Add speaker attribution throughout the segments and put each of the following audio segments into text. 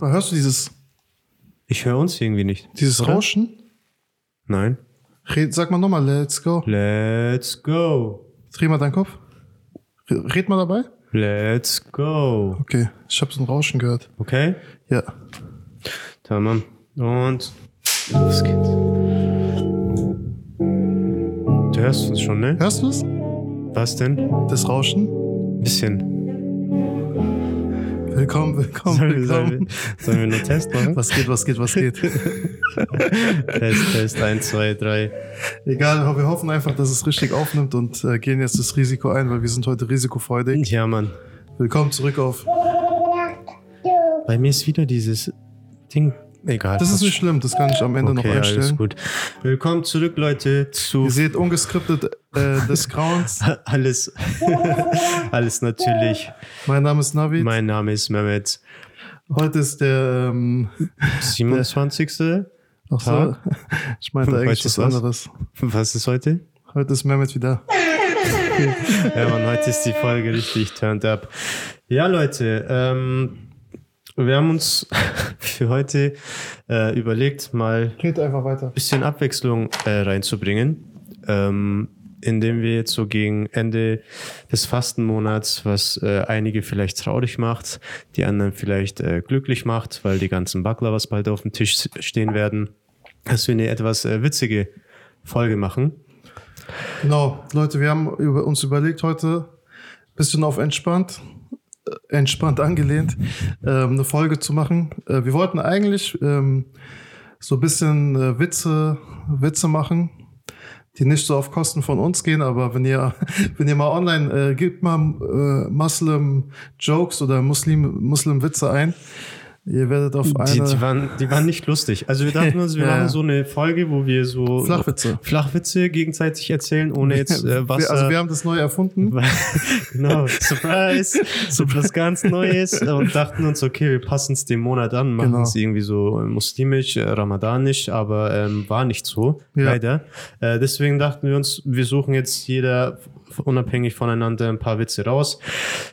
Speaker 1: Oder hörst du dieses,
Speaker 2: Ich höre uns irgendwie nicht.
Speaker 1: dieses
Speaker 2: Oder?
Speaker 1: Rauschen?
Speaker 2: Nein.
Speaker 1: Red, sag mal nochmal, let's go.
Speaker 2: Let's go.
Speaker 1: Dreh mal deinen Kopf. Red, red mal dabei.
Speaker 2: Let's go.
Speaker 1: Okay, ich habe so ein Rauschen gehört.
Speaker 2: Okay?
Speaker 1: Ja.
Speaker 2: Tamam. Und los geht's. Du hörst uns schon, ne?
Speaker 1: Hörst du es?
Speaker 2: Was denn?
Speaker 1: Das Rauschen?
Speaker 2: Bisschen.
Speaker 1: Willkommen, willkommen,
Speaker 2: Sollen wir, sollen,
Speaker 1: willkommen.
Speaker 2: wir, sollen wir einen Test machen?
Speaker 1: Was geht, was geht, was geht?
Speaker 2: Test, Test. Eins, zwei, drei.
Speaker 1: Egal, wir hoffen einfach, dass es richtig aufnimmt und äh, gehen jetzt das Risiko ein, weil wir sind heute risikofreudig.
Speaker 2: Ja, Mann.
Speaker 1: Willkommen zurück auf.
Speaker 2: Bei mir ist wieder dieses Ding. Egal.
Speaker 1: Das ist nicht schlimm, das kann ich am Ende
Speaker 2: okay,
Speaker 1: noch
Speaker 2: alles
Speaker 1: einstellen.
Speaker 2: gut. Willkommen zurück, Leute, zu
Speaker 1: Ihr seht ungeskriptet äh, des Grauens.
Speaker 2: alles, alles natürlich.
Speaker 1: Mein Name ist Navi.
Speaker 2: Mein Name ist Mehmet.
Speaker 1: Heute ist der ähm,
Speaker 2: 27.
Speaker 1: Ach so,
Speaker 2: Tag.
Speaker 1: ich meinte eigentlich
Speaker 2: Weißt du
Speaker 1: was
Speaker 2: was?
Speaker 1: anderes.
Speaker 2: Was ist heute?
Speaker 1: Heute ist Mehmet wieder.
Speaker 2: Ja, man, heute ist die Folge richtig turned up. Ja, Leute, ähm, wir haben uns für heute äh, überlegt, mal
Speaker 1: Geht einfach weiter.
Speaker 2: bisschen Abwechslung äh, reinzubringen, ähm, indem wir jetzt so gegen Ende des Fastenmonats, was äh, einige vielleicht traurig macht, die anderen vielleicht äh, glücklich macht, weil die ganzen Baklawas bald auf dem Tisch s- stehen werden, dass wir eine etwas äh, witzige Folge machen.
Speaker 1: Genau, Leute, wir haben über, uns überlegt heute, bisschen auf entspannt, äh, entspannt angelehnt, ähm, eine Folge zu machen. Äh, wir wollten eigentlich ähm, so ein bisschen äh, Witze, Witze machen, die nicht so auf Kosten von uns gehen, aber wenn ihr, wenn ihr mal online äh, gebt mal äh, Muslim Jokes oder Muslim, Muslim Witze ein, ihr werdet auf eine
Speaker 2: Die, die, waren, die waren nicht lustig. Also wir dachten uns, wir
Speaker 1: Ja.
Speaker 2: machen so eine Folge, wo wir so
Speaker 1: Flachwitze.
Speaker 2: Flachwitze gegenseitig erzählen, ohne jetzt äh,
Speaker 1: Wir-
Speaker 2: Wasser.
Speaker 1: Also wir haben das neu erfunden.
Speaker 2: genau, Surprise, so was ganz Neues und dachten uns, okay, wir passen es dem Monat an, machen
Speaker 1: Genau.
Speaker 2: es irgendwie so muslimisch, äh, ramadanisch, aber ähm, war nicht so,
Speaker 1: Ja.
Speaker 2: leider. Äh, deswegen dachten wir uns, wir suchen jetzt jeder f- unabhängig voneinander ein paar Witze raus,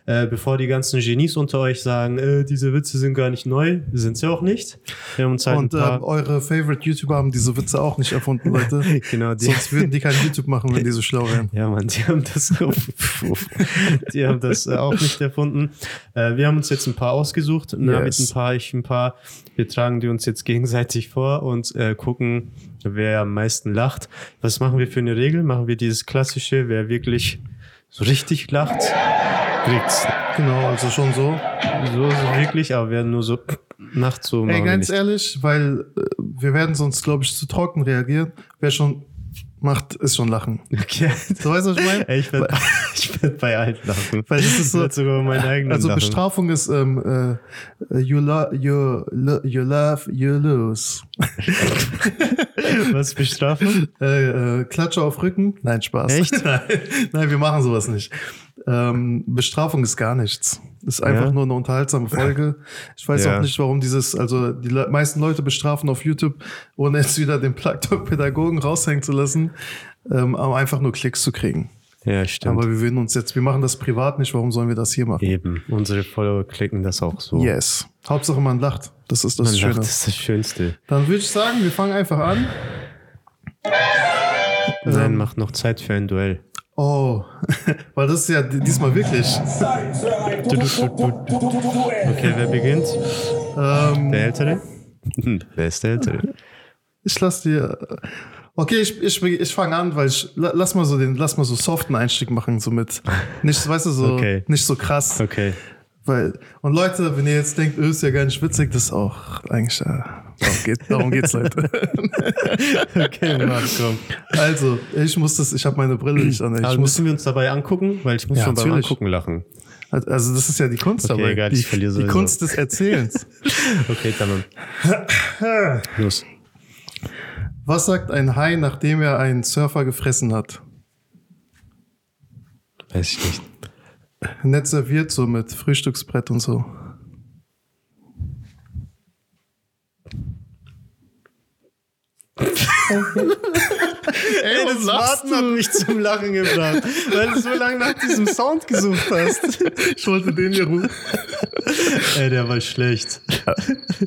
Speaker 2: äh, bevor die ganzen Genies unter euch sagen, äh, diese Witze sind gar nicht neu, sind sie auch nicht. Wir haben uns halt
Speaker 1: Und
Speaker 2: ein paar,
Speaker 1: ähm, eure Favorite YouTuber haben diese Witze auch nicht erfunden, Leute.
Speaker 2: genau, die,
Speaker 1: Sonst würden die kein YouTube machen, wenn die so schlau wären.
Speaker 2: Ja, Mann, die haben das, die haben das äh, auch nicht erfunden. Äh, wir haben uns jetzt ein paar ausgesucht. Na, mit
Speaker 1: Yes.
Speaker 2: ein paar, ich ein paar. Wir tragen die uns jetzt gegenseitig vor und äh, gucken, wer am meisten lacht. Was machen wir für eine Regel? Machen wir dieses klassische, wer wirklich so richtig lacht, kriegt's.
Speaker 1: Genau, also schon so.
Speaker 2: So, so wirklich, aber wer nur so macht, so
Speaker 1: Ey,
Speaker 2: machen wir
Speaker 1: ganz
Speaker 2: nicht.
Speaker 1: ehrlich, weil äh, wir werden sonst, glaube ich, zu trocken reagieren. Wer schon macht, ist schon lachen.
Speaker 2: Okay.
Speaker 1: So weißt du, was ich meine?
Speaker 2: Ey, ich werd, ich werd bei allen lachen.
Speaker 1: Weil das ist
Speaker 2: Ich
Speaker 1: so-
Speaker 2: werd sogar meinen eigenen
Speaker 1: Also
Speaker 2: lachen.
Speaker 1: Bestrafung ist ähm, äh, you, lo you, lo you love, you lose.
Speaker 2: Was bestrafen?
Speaker 1: Äh, äh, Klatsche auf Rücken? Nein, Spaß.
Speaker 2: Echt?
Speaker 1: Nein, nein, wir machen sowas nicht. Ähm, Bestrafung ist gar nichts. Ist einfach
Speaker 2: Ja.
Speaker 1: nur eine unterhaltsame Folge. Ich weiß
Speaker 2: Ja.
Speaker 1: auch nicht, warum dieses, also die Le meisten Leute bestrafen auf YouTube, ohne jetzt wieder den Plug-Dog-Pädagogen raushängen zu lassen, ähm, um einfach nur Klicks zu kriegen.
Speaker 2: Ja, stimmt.
Speaker 1: Aber wir würden uns jetzt, wir machen das privat nicht, warum sollen wir das hier machen?
Speaker 2: Eben. Unsere Follower klicken das auch so.
Speaker 1: Yes. Hauptsache man lacht. Das ist das
Speaker 2: Man
Speaker 1: Schöne.
Speaker 2: sagt, das ist das Schönste.
Speaker 1: Dann würde ich sagen, wir fangen einfach an. Ähm.
Speaker 2: Nein, macht noch Zeit für ein Duell.
Speaker 1: Oh, weil das ist ja diesmal wirklich.
Speaker 2: Okay, wer beginnt?
Speaker 1: Ähm,
Speaker 2: Der Ältere? Hm, Wer ist der Ältere?
Speaker 1: Ich lass dir. Okay, ich, ich, ich fange an, weil ich. la- Lass mal so den, lass mal so soften Einstieg machen, so mit. Nicht, weißt du, so,
Speaker 2: Okay.
Speaker 1: nicht so krass.
Speaker 2: Okay.
Speaker 1: Weil, und Leute, wenn ihr jetzt denkt, öh, ist ja gar nicht witzig, das ist auch eigentlich. Äh, darum, geht, darum geht's, Leute.
Speaker 2: Okay, Mann, komm.
Speaker 1: Also, ich muss das, ich habe meine Brille nicht an. Ich
Speaker 2: Also
Speaker 1: muss,
Speaker 2: müssen wir uns dabei angucken, weil ich muss
Speaker 1: Ja,
Speaker 2: schon beim
Speaker 1: natürlich.
Speaker 2: Angucken lachen.
Speaker 1: also, das ist ja die Kunst
Speaker 2: Okay,
Speaker 1: dabei.
Speaker 2: egal,
Speaker 1: die,
Speaker 2: ich verliere
Speaker 1: die
Speaker 2: sowieso.
Speaker 1: Kunst des Erzählens.
Speaker 2: Okay, dann. Los.
Speaker 1: Was sagt ein Hai, nachdem er einen Surfer gefressen hat?
Speaker 2: Weiß ich nicht.
Speaker 1: Nett serviert, so mit Frühstücksbrett und so.
Speaker 2: Ey,
Speaker 1: das Warten
Speaker 2: hat mich zum Lachen gebracht, weil du so lange nach diesem Sound gesucht hast.
Speaker 1: Ich wollte den hier rufen.
Speaker 2: Ey, der war schlecht.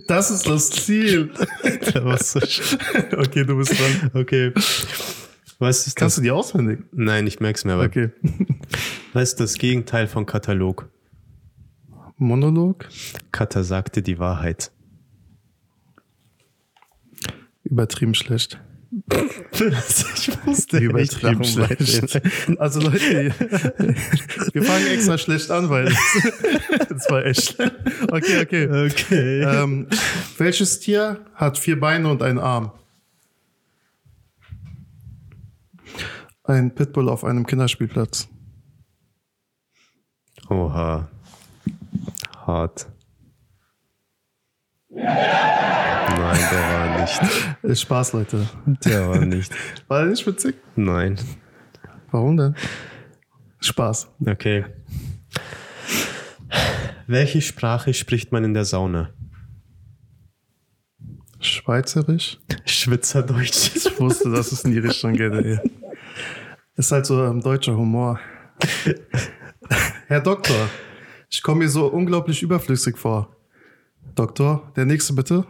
Speaker 1: Das ist das Ziel.
Speaker 2: Der war so schlecht.
Speaker 1: Okay, du bist dran.
Speaker 2: Okay. Was ist
Speaker 1: Kannst
Speaker 2: das?
Speaker 1: du die auswendig?
Speaker 2: Nein, ich merk's mir, aber
Speaker 1: Okay.
Speaker 2: was ist das Gegenteil von Katalog?
Speaker 1: Monolog,
Speaker 2: Kata sagte die Wahrheit.
Speaker 1: übertrieben schlecht.
Speaker 2: ich wusste
Speaker 1: Übertrieben schlecht. Also Leute, wir fangen extra schlecht an, weil das, das war echt schlecht. Okay, okay.
Speaker 2: Okay.
Speaker 1: Ähm, welches Tier hat vier Beine und einen Arm? Ein Pitbull auf einem Kinderspielplatz.
Speaker 2: Oha. Hart. Nein, der war nicht.
Speaker 1: Ist Spaß, Leute.
Speaker 2: Der war nicht.
Speaker 1: War der nicht witzig?
Speaker 2: Nein.
Speaker 1: Warum denn? Spaß.
Speaker 2: Okay. Welche Sprache spricht man in der Sauna?
Speaker 1: Schweizerisch?
Speaker 2: Schwitzerdeutsch.
Speaker 1: Ich wusste, dass es in die Richtung geht. Ey. Ist halt so ähm, deutscher Humor. Herr Doktor, ich komme mir so unglaublich überflüssig vor. Doktor, der nächste bitte.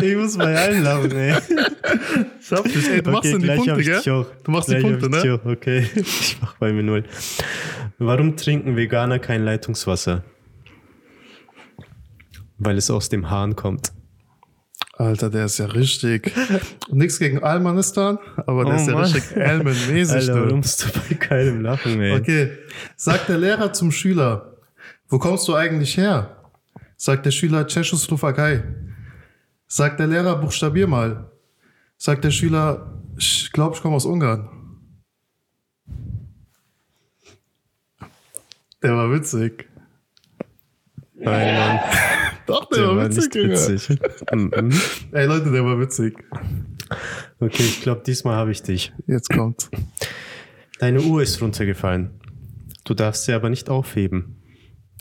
Speaker 2: Ich muss bei allen lachen, ey.
Speaker 1: Ich hab dich, ey, du machst denn die
Speaker 2: gleich hab
Speaker 1: Punkte,
Speaker 2: ich
Speaker 1: gell?
Speaker 2: dich auch.
Speaker 1: Du machst die
Speaker 2: Gleich hab
Speaker 1: Punkte,
Speaker 2: ich
Speaker 1: ne?
Speaker 2: dich auch, Okay, ich mach bei mir null. Warum trinken Veganer kein Leitungswasser? Weil es aus dem Hahn kommt.
Speaker 1: Alter, der ist ja richtig. Und nichts gegen Almanistan, aber der
Speaker 2: Oh
Speaker 1: ist ja
Speaker 2: Mann.
Speaker 1: richtig elmenmäßig.
Speaker 2: Alter,
Speaker 1: du.
Speaker 2: warum bist du bei keinem Lachen, ey?
Speaker 1: Okay. Sagt der Lehrer zum Schüler, wo kommst du eigentlich her? Sagt der Schüler Tschechoslowakei. Sagt der Lehrer, buchstabier mal. Sagt der Schüler, ich glaube, ich komme aus Ungarn. Der war witzig.
Speaker 2: Nein, Mann,
Speaker 1: Doch,
Speaker 2: der war nicht
Speaker 1: Junge.
Speaker 2: witzig. Mhm.
Speaker 1: Ey Leute, der war witzig.
Speaker 2: okay, ich glaube, diesmal habe ich dich.
Speaker 1: Jetzt kommt.
Speaker 2: Deine Uhr ist runtergefallen. Du darfst sie aber nicht aufheben.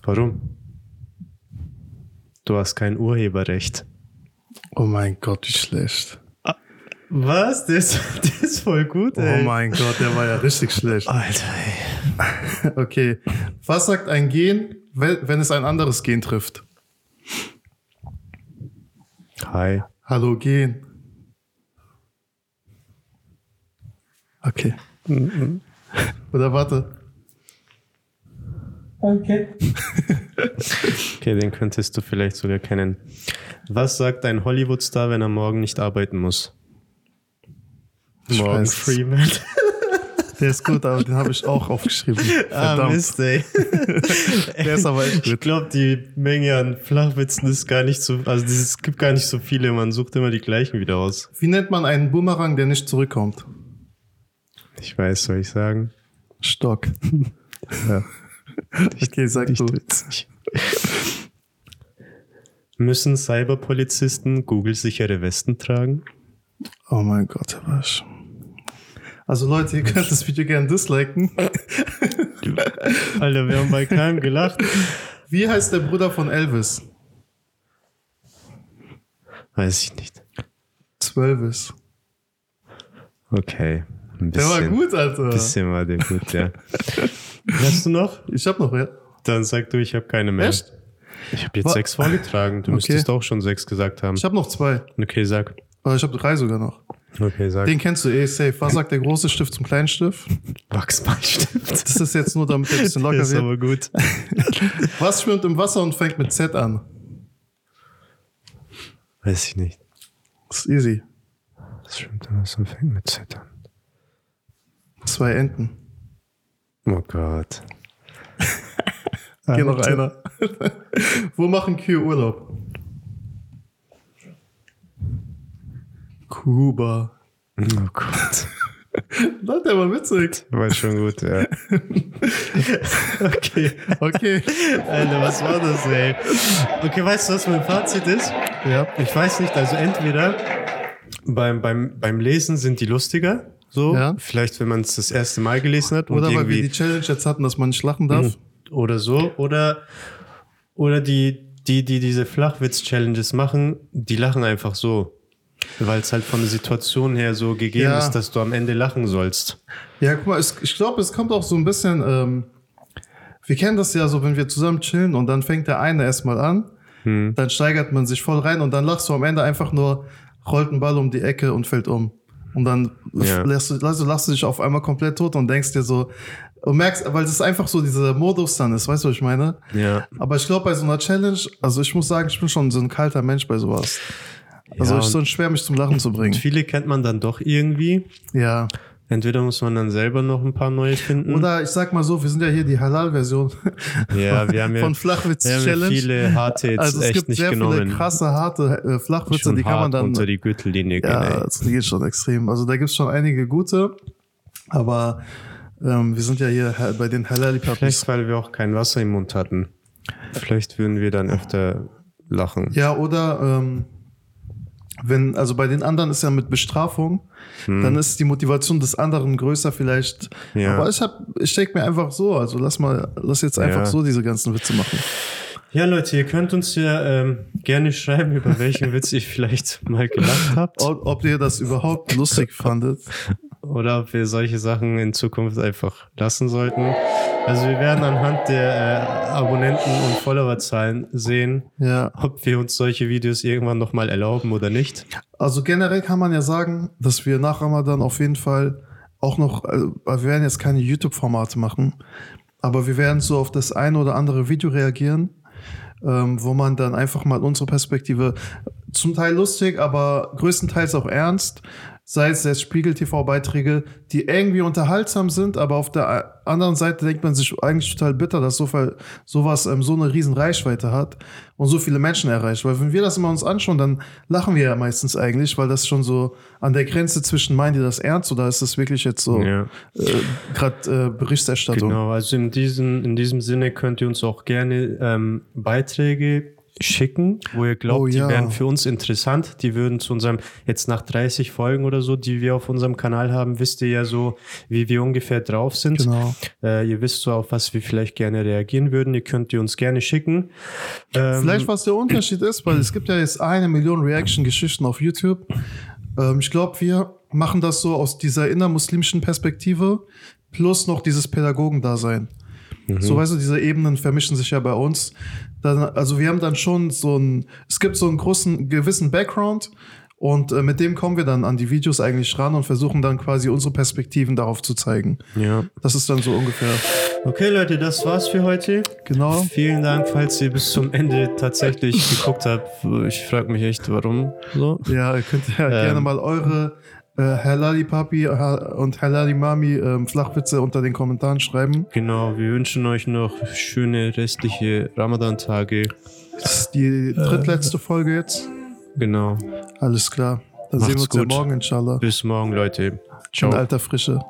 Speaker 2: Warum? Du hast kein Urheberrecht.
Speaker 1: Oh mein Gott, wie schlecht.
Speaker 2: Was? Der ist, der ist voll gut,
Speaker 1: Oh mein Gott, der war ja richtig schlecht.
Speaker 2: Alter, ey.
Speaker 1: Okay. Was sagt ein Gen, we- wenn es ein anderes Gen trifft?
Speaker 2: Hi.
Speaker 1: Halogen. Okay.
Speaker 2: Mhm.
Speaker 1: Oder warte.
Speaker 3: Okay.
Speaker 2: Okay, den könntest du vielleicht sogar kennen. Was sagt ein Hollywood-Star, wenn er morgen nicht arbeiten muss?
Speaker 1: Ich weiß es.
Speaker 2: Freeman.
Speaker 1: Der ist gut, aber den habe ich auch aufgeschrieben.
Speaker 2: Ah,
Speaker 1: Verdammt.
Speaker 2: Mist, ey.
Speaker 1: der ist aber echt
Speaker 2: Ich
Speaker 1: gut.
Speaker 2: glaube, die Menge an Flachwitzen ist gar nicht so, also es gibt gar nicht so viele, man sucht immer die gleichen wieder aus.
Speaker 1: Wie nennt man einen Boomerang, der nicht zurückkommt?
Speaker 2: Ich weiß, soll ich sagen?
Speaker 1: Stock.
Speaker 2: Ja.
Speaker 1: Okay, sag
Speaker 2: Nicht
Speaker 1: du.
Speaker 2: witzig. Müssen Cyberpolizisten Google-sichere Westen tragen?
Speaker 1: Oh mein Gott, der war ich. Also Leute, ihr könnt das Video gerne disliken.
Speaker 2: Alter, wir haben bei keinem gelacht.
Speaker 1: Wie heißt der Bruder von Elvis?
Speaker 2: Weiß ich nicht.
Speaker 1: Zwölvis.
Speaker 2: Okay. Ein
Speaker 1: Der
Speaker 2: bisschen,
Speaker 1: war gut, Alter.
Speaker 2: bisschen war der gut, ja. Hast du noch?
Speaker 1: Ich hab noch, ja.
Speaker 2: Dann sag du, ich habe keine mehr.
Speaker 1: Echt?
Speaker 2: Ich habe jetzt
Speaker 1: Wa-
Speaker 2: sechs vorgetragen. Du
Speaker 1: Okay.
Speaker 2: müsstest auch schon sechs gesagt haben.
Speaker 1: Ich hab noch zwei.
Speaker 2: Okay, sag.
Speaker 1: Oder ich hab drei sogar noch.
Speaker 2: Okay, sag.
Speaker 1: Den kennst du eh safe. Was sagt der große Stift zum kleinen Stift?
Speaker 2: Wachsmalstift.
Speaker 1: Das ist jetzt nur, damit er ein bisschen locker
Speaker 2: ist
Speaker 1: wird.
Speaker 2: aber gut.
Speaker 1: Was schwimmt im Wasser und fängt mit Z an?
Speaker 2: Weiß ich nicht.
Speaker 1: Das ist easy.
Speaker 2: Das stimmt, was fängt mit Z an.
Speaker 1: Zwei Enten.
Speaker 2: Oh Gott. Ah,
Speaker 1: Geh noch einer. Wo machen Kühe Urlaub? Kuba.
Speaker 2: Oh Gott.
Speaker 1: Leute, der war witzig.
Speaker 2: War schon gut, ja. okay.
Speaker 1: Okay.
Speaker 2: Alter, was war das, ey? Okay, weißt du, was mein Fazit ist?
Speaker 1: Ja.
Speaker 2: Ich weiß nicht, also entweder beim, beim, beim Lesen sind die lustiger, so,
Speaker 1: Ja.
Speaker 2: vielleicht wenn man es das erste Mal gelesen hat
Speaker 1: Oder
Speaker 2: und
Speaker 1: weil wir
Speaker 2: irgendwie
Speaker 1: die Challenge jetzt hatten, dass man nicht lachen darf.
Speaker 2: oder so, oder, oder die, die, die diese Flachwitz-Challenges machen, die lachen einfach so, weil es halt von der Situation her so gegeben
Speaker 1: Ja.
Speaker 2: ist, dass du am Ende lachen sollst.
Speaker 1: Ja, guck mal, es, ich glaube, es kommt auch so ein bisschen ähm, wir kennen das ja so, wenn wir zusammen chillen und dann fängt der eine erstmal an,
Speaker 2: Hm.
Speaker 1: dann steigert man sich voll rein und dann lachst du am Ende einfach nur, rollt ein Ball um die Ecke und fällt um. Und dann
Speaker 2: Ja.
Speaker 1: lässt, du, lachst, du- lachst du dich auf einmal komplett tot und denkst dir so, und merkst, weil das einfach so dieser Modus dann ist, weißt du, was ich meine?
Speaker 2: Ja.
Speaker 1: Aber ich glaube, bei so einer Challenge, also ich muss sagen, ich bin schon so ein kalter Mensch bei sowas. Also
Speaker 2: ja,
Speaker 1: ich so schwer, mich zum Lachen zu
Speaker 2: und
Speaker 1: bringen.
Speaker 2: viele kennt man dann doch irgendwie.
Speaker 1: Ja.
Speaker 2: Entweder muss man dann selber noch ein paar neue finden.
Speaker 1: Oder ich sag mal so, wir sind ja hier die Halal-Version
Speaker 2: ja, wir haben
Speaker 1: von
Speaker 2: ja, wir haben ja
Speaker 1: Flachwitz-Challenge.
Speaker 2: viele harte jetzt
Speaker 1: also es
Speaker 2: echt
Speaker 1: gibt
Speaker 2: nicht
Speaker 1: sehr
Speaker 2: genommen.
Speaker 1: viele krasse, harte äh, Flachwitze,
Speaker 2: Schon
Speaker 1: die kann man
Speaker 2: hart
Speaker 1: dann.
Speaker 2: unter die Gürtellinie gehen.
Speaker 1: ja,
Speaker 2: ey.
Speaker 1: das geht schon extrem. Also da gibt's schon einige gute, aber ähm, wir sind ja hier ha- bei den Halali-Papis.
Speaker 2: Vielleicht, weil wir auch kein Wasser im Mund hatten. Vielleicht würden wir dann öfter lachen.
Speaker 1: Ja, oder ähm, wenn, also bei den anderen ist ja mit Bestrafung, dann ist die Motivation des anderen größer vielleicht.
Speaker 2: Hm. Ja.
Speaker 1: Aber ich hab, ich steck mir einfach so, also lass mal, lass jetzt einfach
Speaker 2: Ja.
Speaker 1: so diese ganzen Witze machen.
Speaker 2: Ja, Leute, ihr könnt uns ja ähm, gerne schreiben, über welchen Witz ihr vielleicht mal gelacht habt.
Speaker 1: Ob, ob ihr das überhaupt lustig fandet.
Speaker 2: Oder ob wir solche Sachen in Zukunft einfach lassen sollten. Also wir werden anhand der äh, Abonnenten- und Followerzahlen sehen,
Speaker 1: Ja.
Speaker 2: ob wir uns solche Videos irgendwann nochmal erlauben oder nicht.
Speaker 1: Also generell kann man ja sagen, dass wir nach Ramadan auf jeden Fall auch noch, also wir werden jetzt keine YouTube-Formate machen, aber wir werden so auf das ein oder andere Video reagieren, ähm, wo man dann einfach mal unsere Perspektive, zum Teil lustig, aber größtenteils auch ernst, sei es jetzt Spiegel-TV-Beiträge, die irgendwie unterhaltsam sind, aber auf der anderen Seite denkt man sich eigentlich total bitter, dass so viel, sowas ähm, so eine riesen Reichweite hat und so viele Menschen erreicht. Weil wenn wir das immer uns anschauen, dann lachen wir ja meistens eigentlich, weil das schon so an der Grenze zwischen meint ihr das ernst oder ist das wirklich jetzt so
Speaker 2: Ja.
Speaker 1: äh, gerade äh, Berichterstattung.
Speaker 2: Genau, also in, diesen, in diesem Sinne könnt ihr uns auch gerne ähm, Beiträge schicken, wo ihr glaubt,
Speaker 1: Oh, ja.
Speaker 2: die wären für uns interessant. Die würden zu unserem, jetzt nach 30 Folgen oder so, die wir auf unserem Kanal haben, wisst ihr ja so, wie wir ungefähr drauf sind.
Speaker 1: Genau.
Speaker 2: Äh, ihr wisst so, auf was wir vielleicht gerne reagieren würden. Ihr könnt die uns gerne schicken. Ähm,
Speaker 1: Vielleicht, was der Unterschied ist, weil es gibt ja jetzt eine Million Reaction-Geschichten auf YouTube. Ähm, ich glaube, wir machen das so aus dieser innermuslimischen Perspektive plus noch dieses Pädagogendasein. So, weißt du, diese Ebenen vermischen sich ja bei uns. Dann, also, wir haben dann schon so einen, es gibt so einen großen, gewissen Background und äh, mit dem kommen wir dann an die Videos eigentlich ran und versuchen dann quasi unsere Perspektiven darauf zu zeigen.
Speaker 2: ja.
Speaker 1: Das ist dann so ungefähr.
Speaker 2: Okay, Leute, das war's für heute.
Speaker 1: Genau.
Speaker 2: Vielen Dank, falls ihr bis zum Ende tatsächlich geguckt habt. Ich frage mich echt, warum so.
Speaker 1: Ja, ihr könnt
Speaker 2: Ähm.
Speaker 1: ja gerne mal eure äh, Halali Papi ha- und Halali Mami ähm, Flachwitze unter den Kommentaren schreiben.
Speaker 2: Genau, wir wünschen euch noch schöne restliche Ramadan-Tage.
Speaker 1: Das ist die drittletzte Folge jetzt.
Speaker 2: Genau.
Speaker 1: Alles klar. Dann
Speaker 2: Macht's
Speaker 1: sehen wir uns ja
Speaker 2: gut.
Speaker 1: morgen, inshallah.
Speaker 2: Bis morgen, Leute.
Speaker 1: In
Speaker 2: Ciao.
Speaker 1: alter Frische.